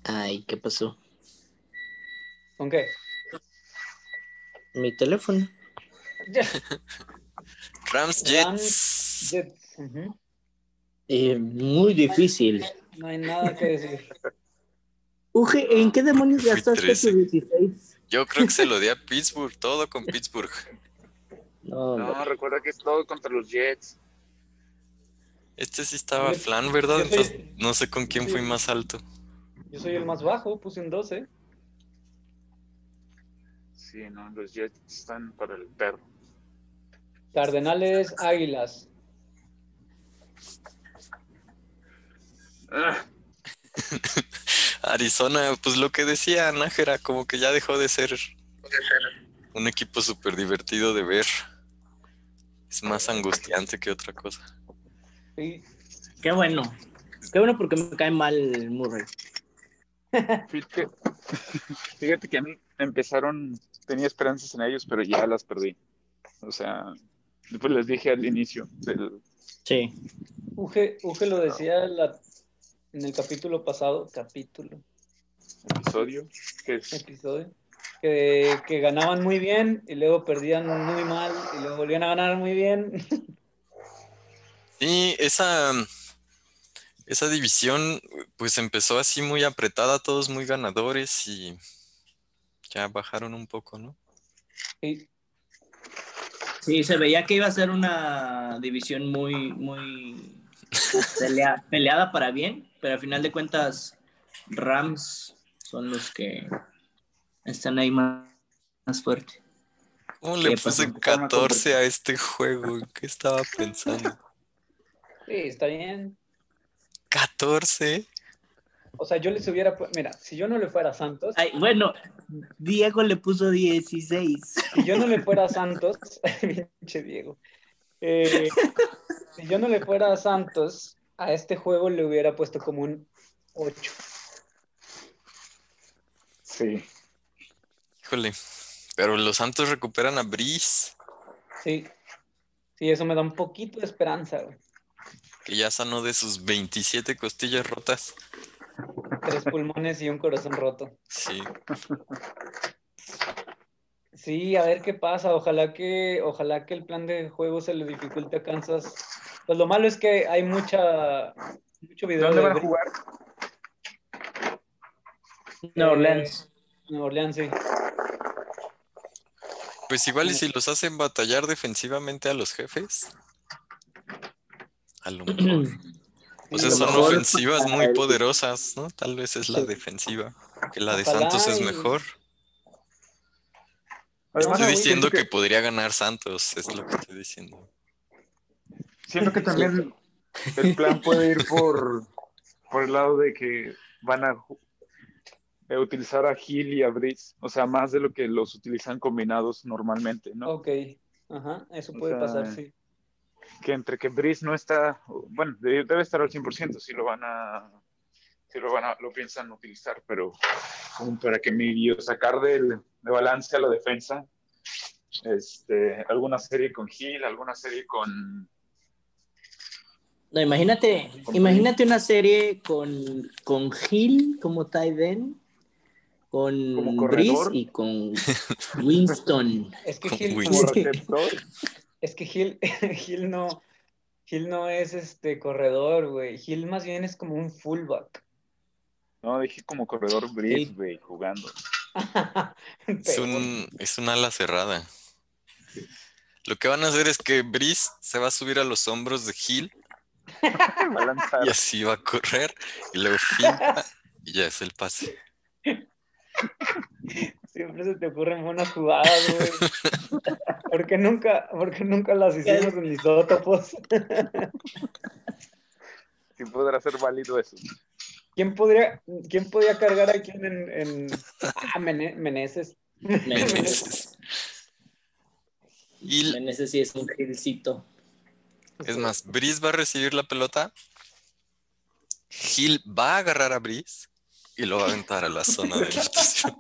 Ay, ¿qué pasó? ¿Con qué? Mi teléfono. Jets. Rams Rams, Jets. Jets. Ujú. Eh, muy difícil. No hay nada que decir. Uge, ¿en qué demonios Fui gastaste trece. tus 16? Yo creo que se lo di a Pittsburgh, todo con Pittsburgh. No, No, no. recuerda que es todo contra los Jets. Este sí estaba Yo- flan, ¿verdad? yo soy- Entonces no sé con quién Sí. fui más alto. Yo soy el más bajo, puse un 12. Sí, no, los Jets están para el perro. Cardenales, Águilas. Ah, Arizona, pues lo que decía Nájera, como que ya dejó de ser un equipo súper divertido de ver. Es más angustiante que otra cosa. Sí. Qué bueno. Qué bueno porque me cae mal Murray. fíjate, fíjate que a mí empezaron, tenía esperanzas en ellos, pero ya las perdí. O sea, después les dije al inicio del, Sí. Uge, Uge lo decía la- en el capítulo pasado, capítulo, episodio, que es- episodio, que, que ganaban muy bien y luego perdían muy mal y luego volvían a ganar muy bien. Sí, esa, esa división pues empezó así muy apretada, todos muy ganadores y ya bajaron un poco, ¿no? Y Sí, se veía que iba a ser una división muy, muy pelea- peleada para bien, pero al final de cuentas, Rams son los que están ahí más, más fuerte. ¿Cómo le ¿Qué pues, pasó? puse 14 a este juego? ¿Qué estaba pensando? sí, está bien. ¿14? O sea, yo les hubiera, pu- mira, si yo no le fuera a Santos, Ay, bueno, Diego le puso 16. si yo no le fuera a Santos, pinche Diego, eh, si yo no le fuera a Santos, a este juego le hubiera puesto como un 8. sí. Híjole, pero los Santos recuperan a Breeze, Sí. Sí, eso me da un poquito de esperanza, güey. que ya sanó de sus 27 costillas rotas. Tres pulmones y un corazón roto. Sí, Sí, a ver qué pasa. Ojalá que, ojalá que el plan de juego se le dificulte a Kansas. Pues lo malo es que hay mucha, mucho video ¿Dónde de van a jugar? Nueva Orleans. Nueva Orleans, sí. pues igual y si los hacen batallar defensivamente a los jefes, a lo mejor. O sea, lo son mejor ofensivas para muy el- poderosas, ¿no? Tal vez es la Sí. defensiva, que la de Ojalá Santos es y- mejor. Además, Estoy güey, diciendo siento que podría ganar Santos, es lo que estoy diciendo. Siento que también el plan puede ir por, por el lado de que van a ju- eh, utilizar a Gil y a Brice, o sea, más de lo que los utilizan combinados normalmente, ¿no? Ok. Ajá, eso O puede sea, pasar, sí. Que entre que Brice no está, bueno, de- debe estar al 100% si lo van a, si lo van a, lo piensan utilizar, pero como para que mi sacar del, de balance a la defensa, este, alguna serie con Gil, alguna serie con, No, imagínate, imagínate una serie con, con Hill como tight end, con Como Brice corredor. y con Winston. Es que Con Gil, Winston. como como- receptor. es que Gil, Gil no, Gil no es este corredor, güey. Gil más bien es como un fullback. No, dije como corredor Brice, Sí. güey, jugando. Es Pero- un, es un ala cerrada. Lo que van a hacer es que Brice se va a subir a los hombros de Gil Va a lanzar. y así va a correr y luego finta y ya es el pase. Siempre se te ocurren buenas jugadas, güey. Porque nunca, porque nunca las hicimos en isótopos. Sí podrá ser válido eso. ¿Quién podría, quién podía cargar a quién en, en... Ah, Mene- Meneses? Meneses. Gil Meneses sí es un Hillcito. Es más, Brice va a recibir la pelota. Gil va a agarrar a Brice y lo va a aventar a la zona de natación.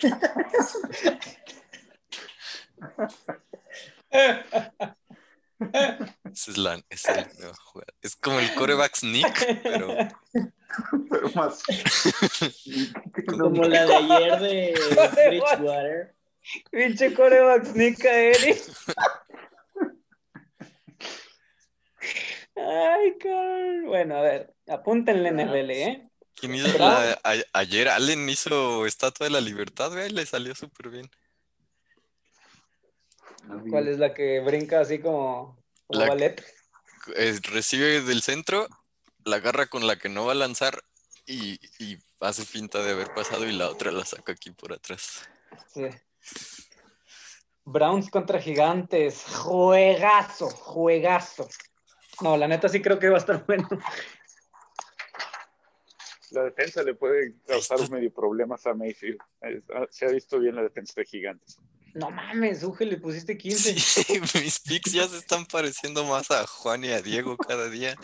Esa es la, esa es la nueva jugada. Es como el coreback sneak, pero Pero más. Como la de ayer de Bridgewater. Pinche coreback sneak a Eric. Ay, cabrón. Bueno, a ver, apúntenle NFL, ¿eh? ¿quién hizo la- a- ayer Allen hizo Estatua de la Libertad, güey, le salió súper bien. ¿Cuál es la que brinca así como, como La- ballet? Eh, recibe del centro, la agarra con la que no va a lanzar y, y hace pinta de haber pasado y la otra la saca aquí por atrás. Sí. Browns contra Gigantes. Juegazo, juegazo. No, la neta sí creo que va a estar bueno. La defensa le puede causar medio problemas a Mayfield. Eh, Se ha visto bien la defensa de gigantes. No mames, Uge, le pusiste 15. Sí, mis picks ya se están pareciendo más a Juan y a Diego cada día.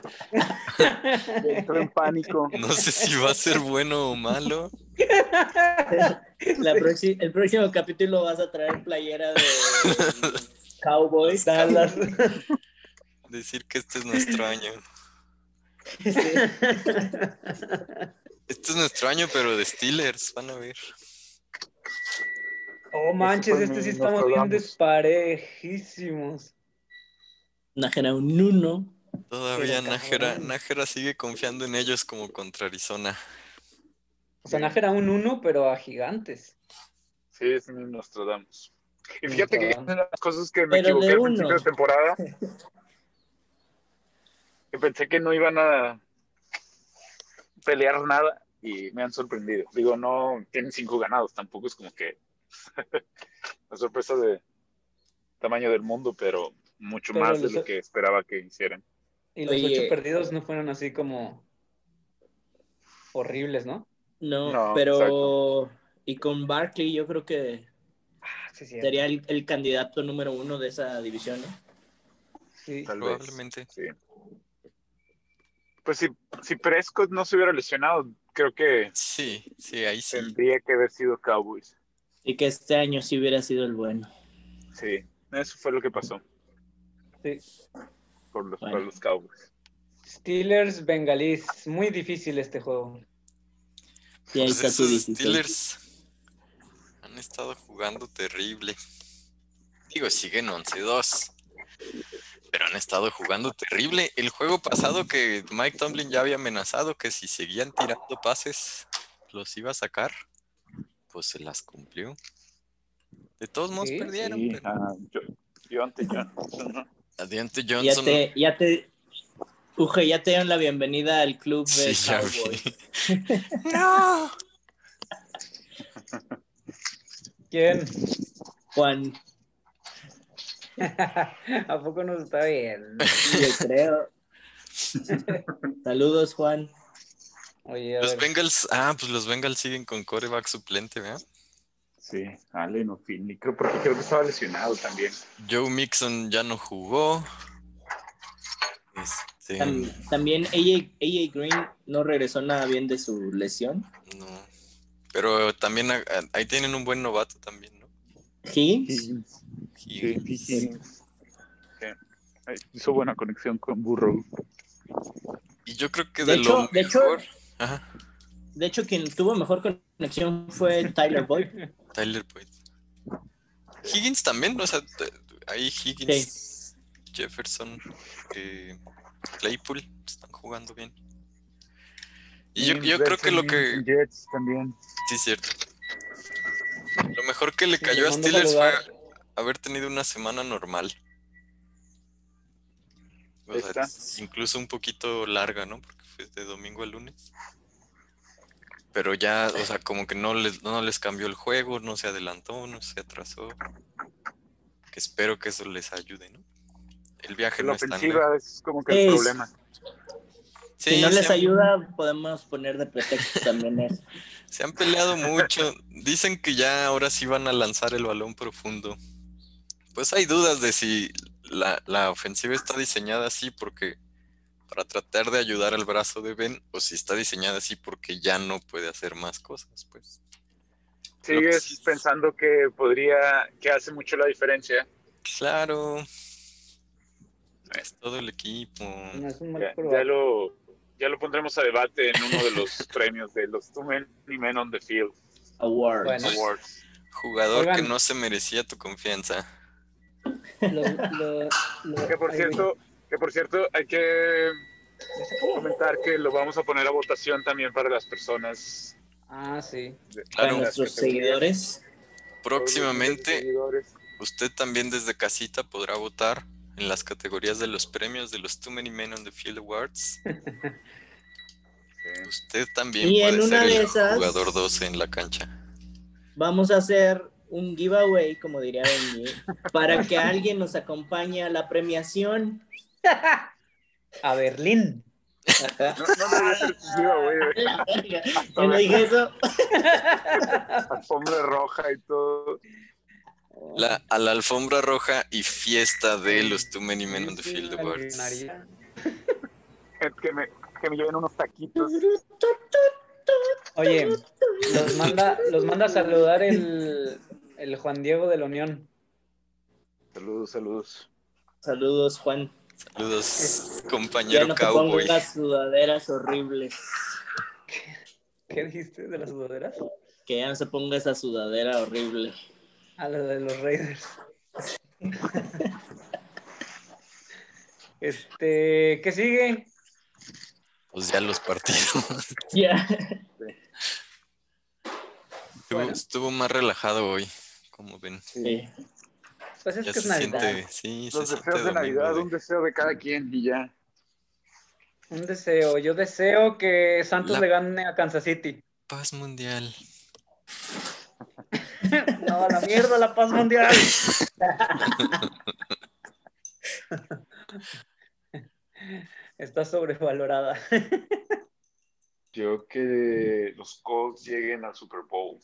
Entró en pánico. No sé si va a ser bueno o malo. La proxi- el próximo capítulo vas a traer playera de Cowboys. Dallas. Decir que este es nuestro año. Sí. Este es nuestro año, pero de Steelers, van a ver. Oh manches, fue este mi sí estamos bien Nostradamus. desparejísimos. Najera un uno. Todavía Pero Nájera, cabrón. Nájera sigue confiando en ellos como contra Arizona. O sea, Nájera un 1, pero a Gigantes. Sí, es mi Nostradamus. Y fíjate que Nostradamus. una de las cosas que me Pero de equivoqué al uno. principio de temporada, que pensé que no iban a pelear nada y me han sorprendido. Digo, no tienen cinco ganados, tampoco es como que la sorpresa de tamaño del mundo, pero mucho Pero más de les- lo que esperaba que hicieran. Y los Oye. ocho perdidos no fueron así como horribles, ¿no? No, No, pero. Y con Barkley, yo creo que Ah, sí, sí. sería el, el candidato número uno de esa división, ¿eh? ¿no? sí. Tal vez. Probablemente. Sí. Pues si, si Prescott no se hubiera lesionado, creo que Sí, sí, ahí sí. tendría que haber sido Cowboys. Y que este año sí hubiera sido el bueno. Sí, eso fue lo que pasó Sí. por los, Bueno. por los Cowboys. Steelers, Bengalis. Muy difícil este juego. Y ahí Pues está su esos 16. Steelers han estado jugando terrible. Digo, siguen 11-2. Pero han estado jugando terrible. El juego pasado que Mike Tomlin ya había amenazado que si seguían tirando pases, los iba a sacar. Pues se las cumplió. De todos modos Sí, perdieron. Sí, pero ah, yo, yo ante Johnson, ¿no? Adiante Ya Johnson. te, ya te. Uge, ya te dieron la bienvenida al club de Sí, ya vi. Cowboys. ¡No! ¿Quién? Juan, ¿A poco nos está bien? yo creo. Saludos, Juan. Oye, a Los ver. Bengals, ah, pues los Bengals siguen con coreback suplente, ¿verdad? Sí, Allen o Finley, creo porque creo que estaba lesionado también. Joe Mixon ya no jugó. Este, Tam- también AJ, AJ Green no regresó nada bien de su lesión. no. Pero también ah, ah, ahí tienen un buen novato también, ¿no? Higgins. Y- Sí. Eh, Hizo buena conexión con Burrow. Y yo creo que De de, hecho- lo de hecho- mejor, ajá, De hecho, quien tuvo mejor conexión fue Tyler Boyd. Tyler Boyd. Higgins también, o sea, t- ahí Higgins, Jefferson, eh, Claypool están jugando bien. Y yo, yo creo que lo que Jets también. Sí, cierto. Lo mejor que le Sí, cayó le a mando Steelers fue saludar. haber tenido una semana normal. O Ahí sea, está. incluso un poquito larga, ¿no? Porque fue de domingo a lunes. Pero ya, o sea, como que no les, no les cambió el juego, no se adelantó, no se atrasó. Que espero que eso les ayude, ¿no? El viaje La no es tan lejos. ofensiva es como que el Es- problema. si no Sí, les se han- ayuda, podemos poner de pretexto también eso. se han peleado mucho. Dicen que ya ahora sí van a lanzar el balón profundo. Pues hay dudas de si la, la ofensiva está diseñada así porque para tratar de ayudar al brazo de Ben o si está diseñada así porque ya no puede hacer más cosas, pues. ¿Sigues sí. pensando que podría, que hace mucho la diferencia? Claro. Es todo el equipo. No es un mal Ya, probable. ya lo, ya lo pondremos a debate en uno de los premios de los Two Men y Men on the Field Awards. Bueno. Awards. Jugador Oigan. que no se merecía tu confianza. Lo- lo- lo- Que por ay, güey, cierto, que por cierto, hay que ¿ya se acabó? comentar que lo vamos a poner a votación también para las personas. Ah, sí. de- Para Claro. las nuestros categorías, seguidores. todos nuestros Próximamente, seguidores. usted también desde casita podrá votar en las categorías de los premios de los Too Many Men on the Field Awards. Sí. Usted también Y en puede una ser de el esas- jugador 12 en la cancha. Vamos a hacer un giveaway, como diría Benji, para que alguien nos acompañe a la premiación. A Berlín. Ajá. No, no debería ser exclusiva, güey. La verga. Hasta Yo no la dije eso. alfombra roja y todo. Oh, La, a la alfombra roja y fiesta de los Too Many Men on the Field Awards. Culinaria. Que me, que me lleven unos taquitos. Oye, los manda, los manda a saludar el, el Juan Diego de la Unión. Saludos, saludos. Saludos, Juan. Saludos, Ya compañero no te cowboy. pongas sudaderas horribles. ¿Qué dijiste de las sudaderas? Que ya no se ponga esa sudadera horrible. A la de los Raiders. Este, ¿qué sigue? Pues ya los partidos. Ya. Estuvo, Bueno. estuvo más relajado hoy, como ven. Sí. Pues es Ya que es se Navidad. siente, sí, Los se deseos siente de domingo Navidad, de- un deseo de cada quien y ya. Un deseo. Yo deseo que Santos La- le gane a Kansas City. paz mundial. No, a la mierda, la paz mundial. Está sobrevalorada. Yo que los Colts lleguen al Super Bowl.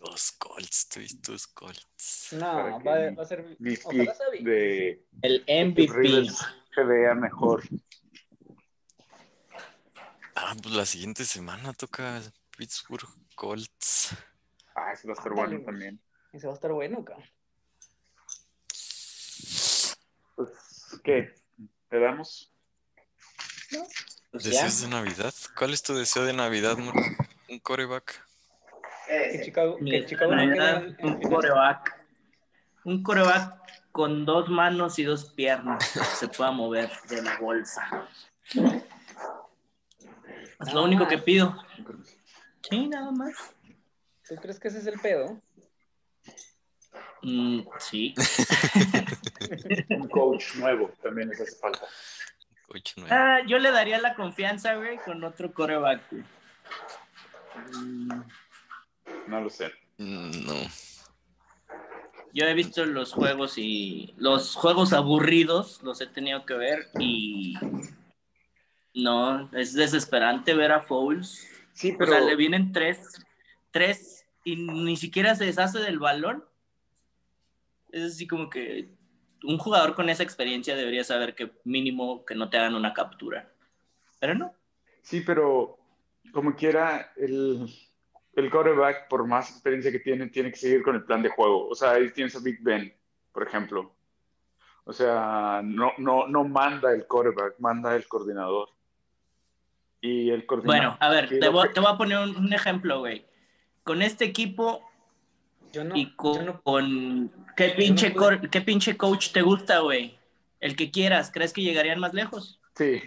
Los Colts, tú y tus Colts. No, Para que va, mi- va a ser. Mi Ojalá pick sea bien. de El MVP. Rivers se vea mejor. Ah, pues la siguiente semana toca Pittsburgh Colts. Ah, ese va a estar Ándale, bueno güey. también. Ese va a estar bueno, cabrón. Pues, ¿qué? ¿Te damos? Pues ya. ¿Deseos de Navidad? ¿Cuál es tu deseo de Navidad, Moro? ¿Un coreback? Que Chicago, Mi que Chicago no enfermedad, quede en- un en coreback. Un coreback con dos manos y dos piernas que se pueda mover de la bolsa. Es lo único que pido. Sí, nada más. ¿Tú crees que ese es el pedo? Mm, sí. Un coach nuevo también les hace falta. Ocho, nueve. Ah, yo le daría la confianza, güey, con otro coreback. güey. Mm, No lo sé. Mm, No. Yo he visto los juegos y los juegos aburridos los he tenido que ver y no, es desesperante ver a Fouls. Sí, O pero sea, le vienen tres, tres y ni siquiera se deshace del balón. Es así como que un jugador con esa experiencia debería saber que mínimo que no te hagan una captura. Pero no. Sí, pero como quiera, el, el quarterback, por más experiencia que tiene, tiene que seguir con el plan de juego. O sea, ahí tienes a Big Ben, por ejemplo. O sea, no, no, no manda el quarterback, manda el coordinador. Y el coordinador. Bueno, a ver, Sí, te lo voy, que- te voy a poner un, un ejemplo, güey. Con este equipo Yo no. y yo con... no- con- ¿qué, pinche yo no pude- cor- ¿Qué pinche coach te gusta, güey? El que quieras, ¿crees que llegarían más lejos? Sí,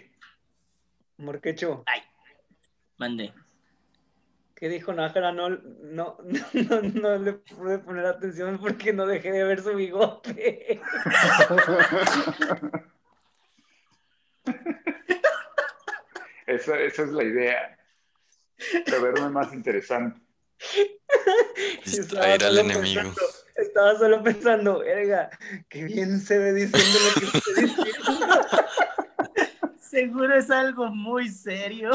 Morquecho, Mande. ¿qué dijo Nájera? No, no, no, no le pude poner atención porque no dejé de ver su bigote. esa, esa es la idea. Pero verme más interesante. Distraer al solo enemigo. pensando- estaba solo pensando, verga, qué bien se ve diciendo lo que estoy diciendo. Seguro es algo muy serio.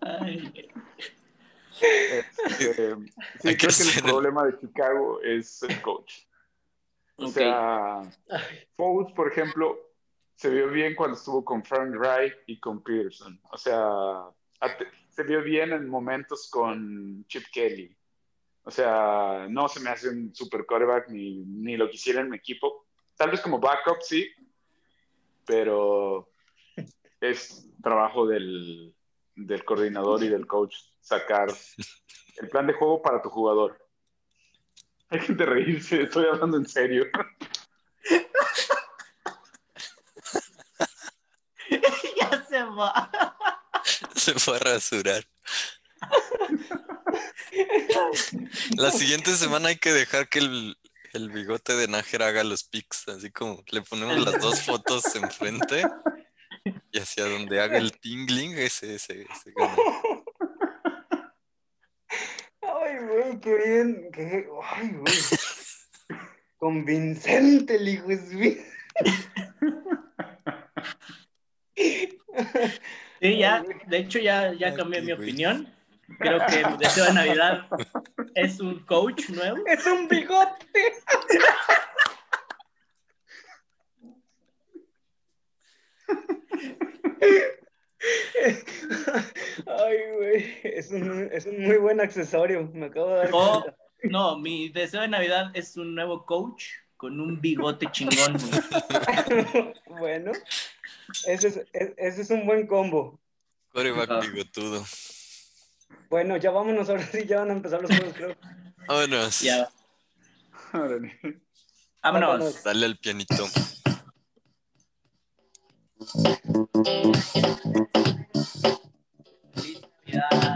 Ay, Este, sí, Hay que Este, creo que hacer el el- problema de Chicago es el coach. O sea, Foles, por ejemplo, se vio bien cuando estuvo con Frank Wright y con Peterson. O sea, se vio bien en momentos con Chip Kelly. O sea, no se me hace un super quarterback ni, ni lo quisiera en mi equipo. Tal vez como backup, sí, pero es trabajo del, del coordinador y del coach sacar el plan de juego para tu jugador. Hay gente reírse, estoy hablando en serio. ya se va. Se fue a rasurar. La siguiente semana hay que dejar que el, el bigote de Nájer haga los pics, así como le ponemos las dos fotos enfrente y hacia donde haga el tingling, ese, ese, ese gana. Ay, güey, qué bien. Qué... Ay, güey. Convincente el hijo es bien. Sí, ya, de hecho ya, ya cambié Ay, mi güey. opinión. Creo que mi deseo de Navidad es un coach nuevo. Es un bigote. Ay, güey, es un, es un muy buen accesorio, me acabo de dar O, cuenta. no, mi deseo de Navidad es un nuevo coach con un bigote chingón. güey. Bueno, ese es, e- ese es un buen combo. Coreback Ah. bigotudo. Bueno, ya vámonos, ahora sí ya van a empezar los juegos, creo. Vámonos. Ya. Vámonos. Dale al pianito. Feliz Navidad.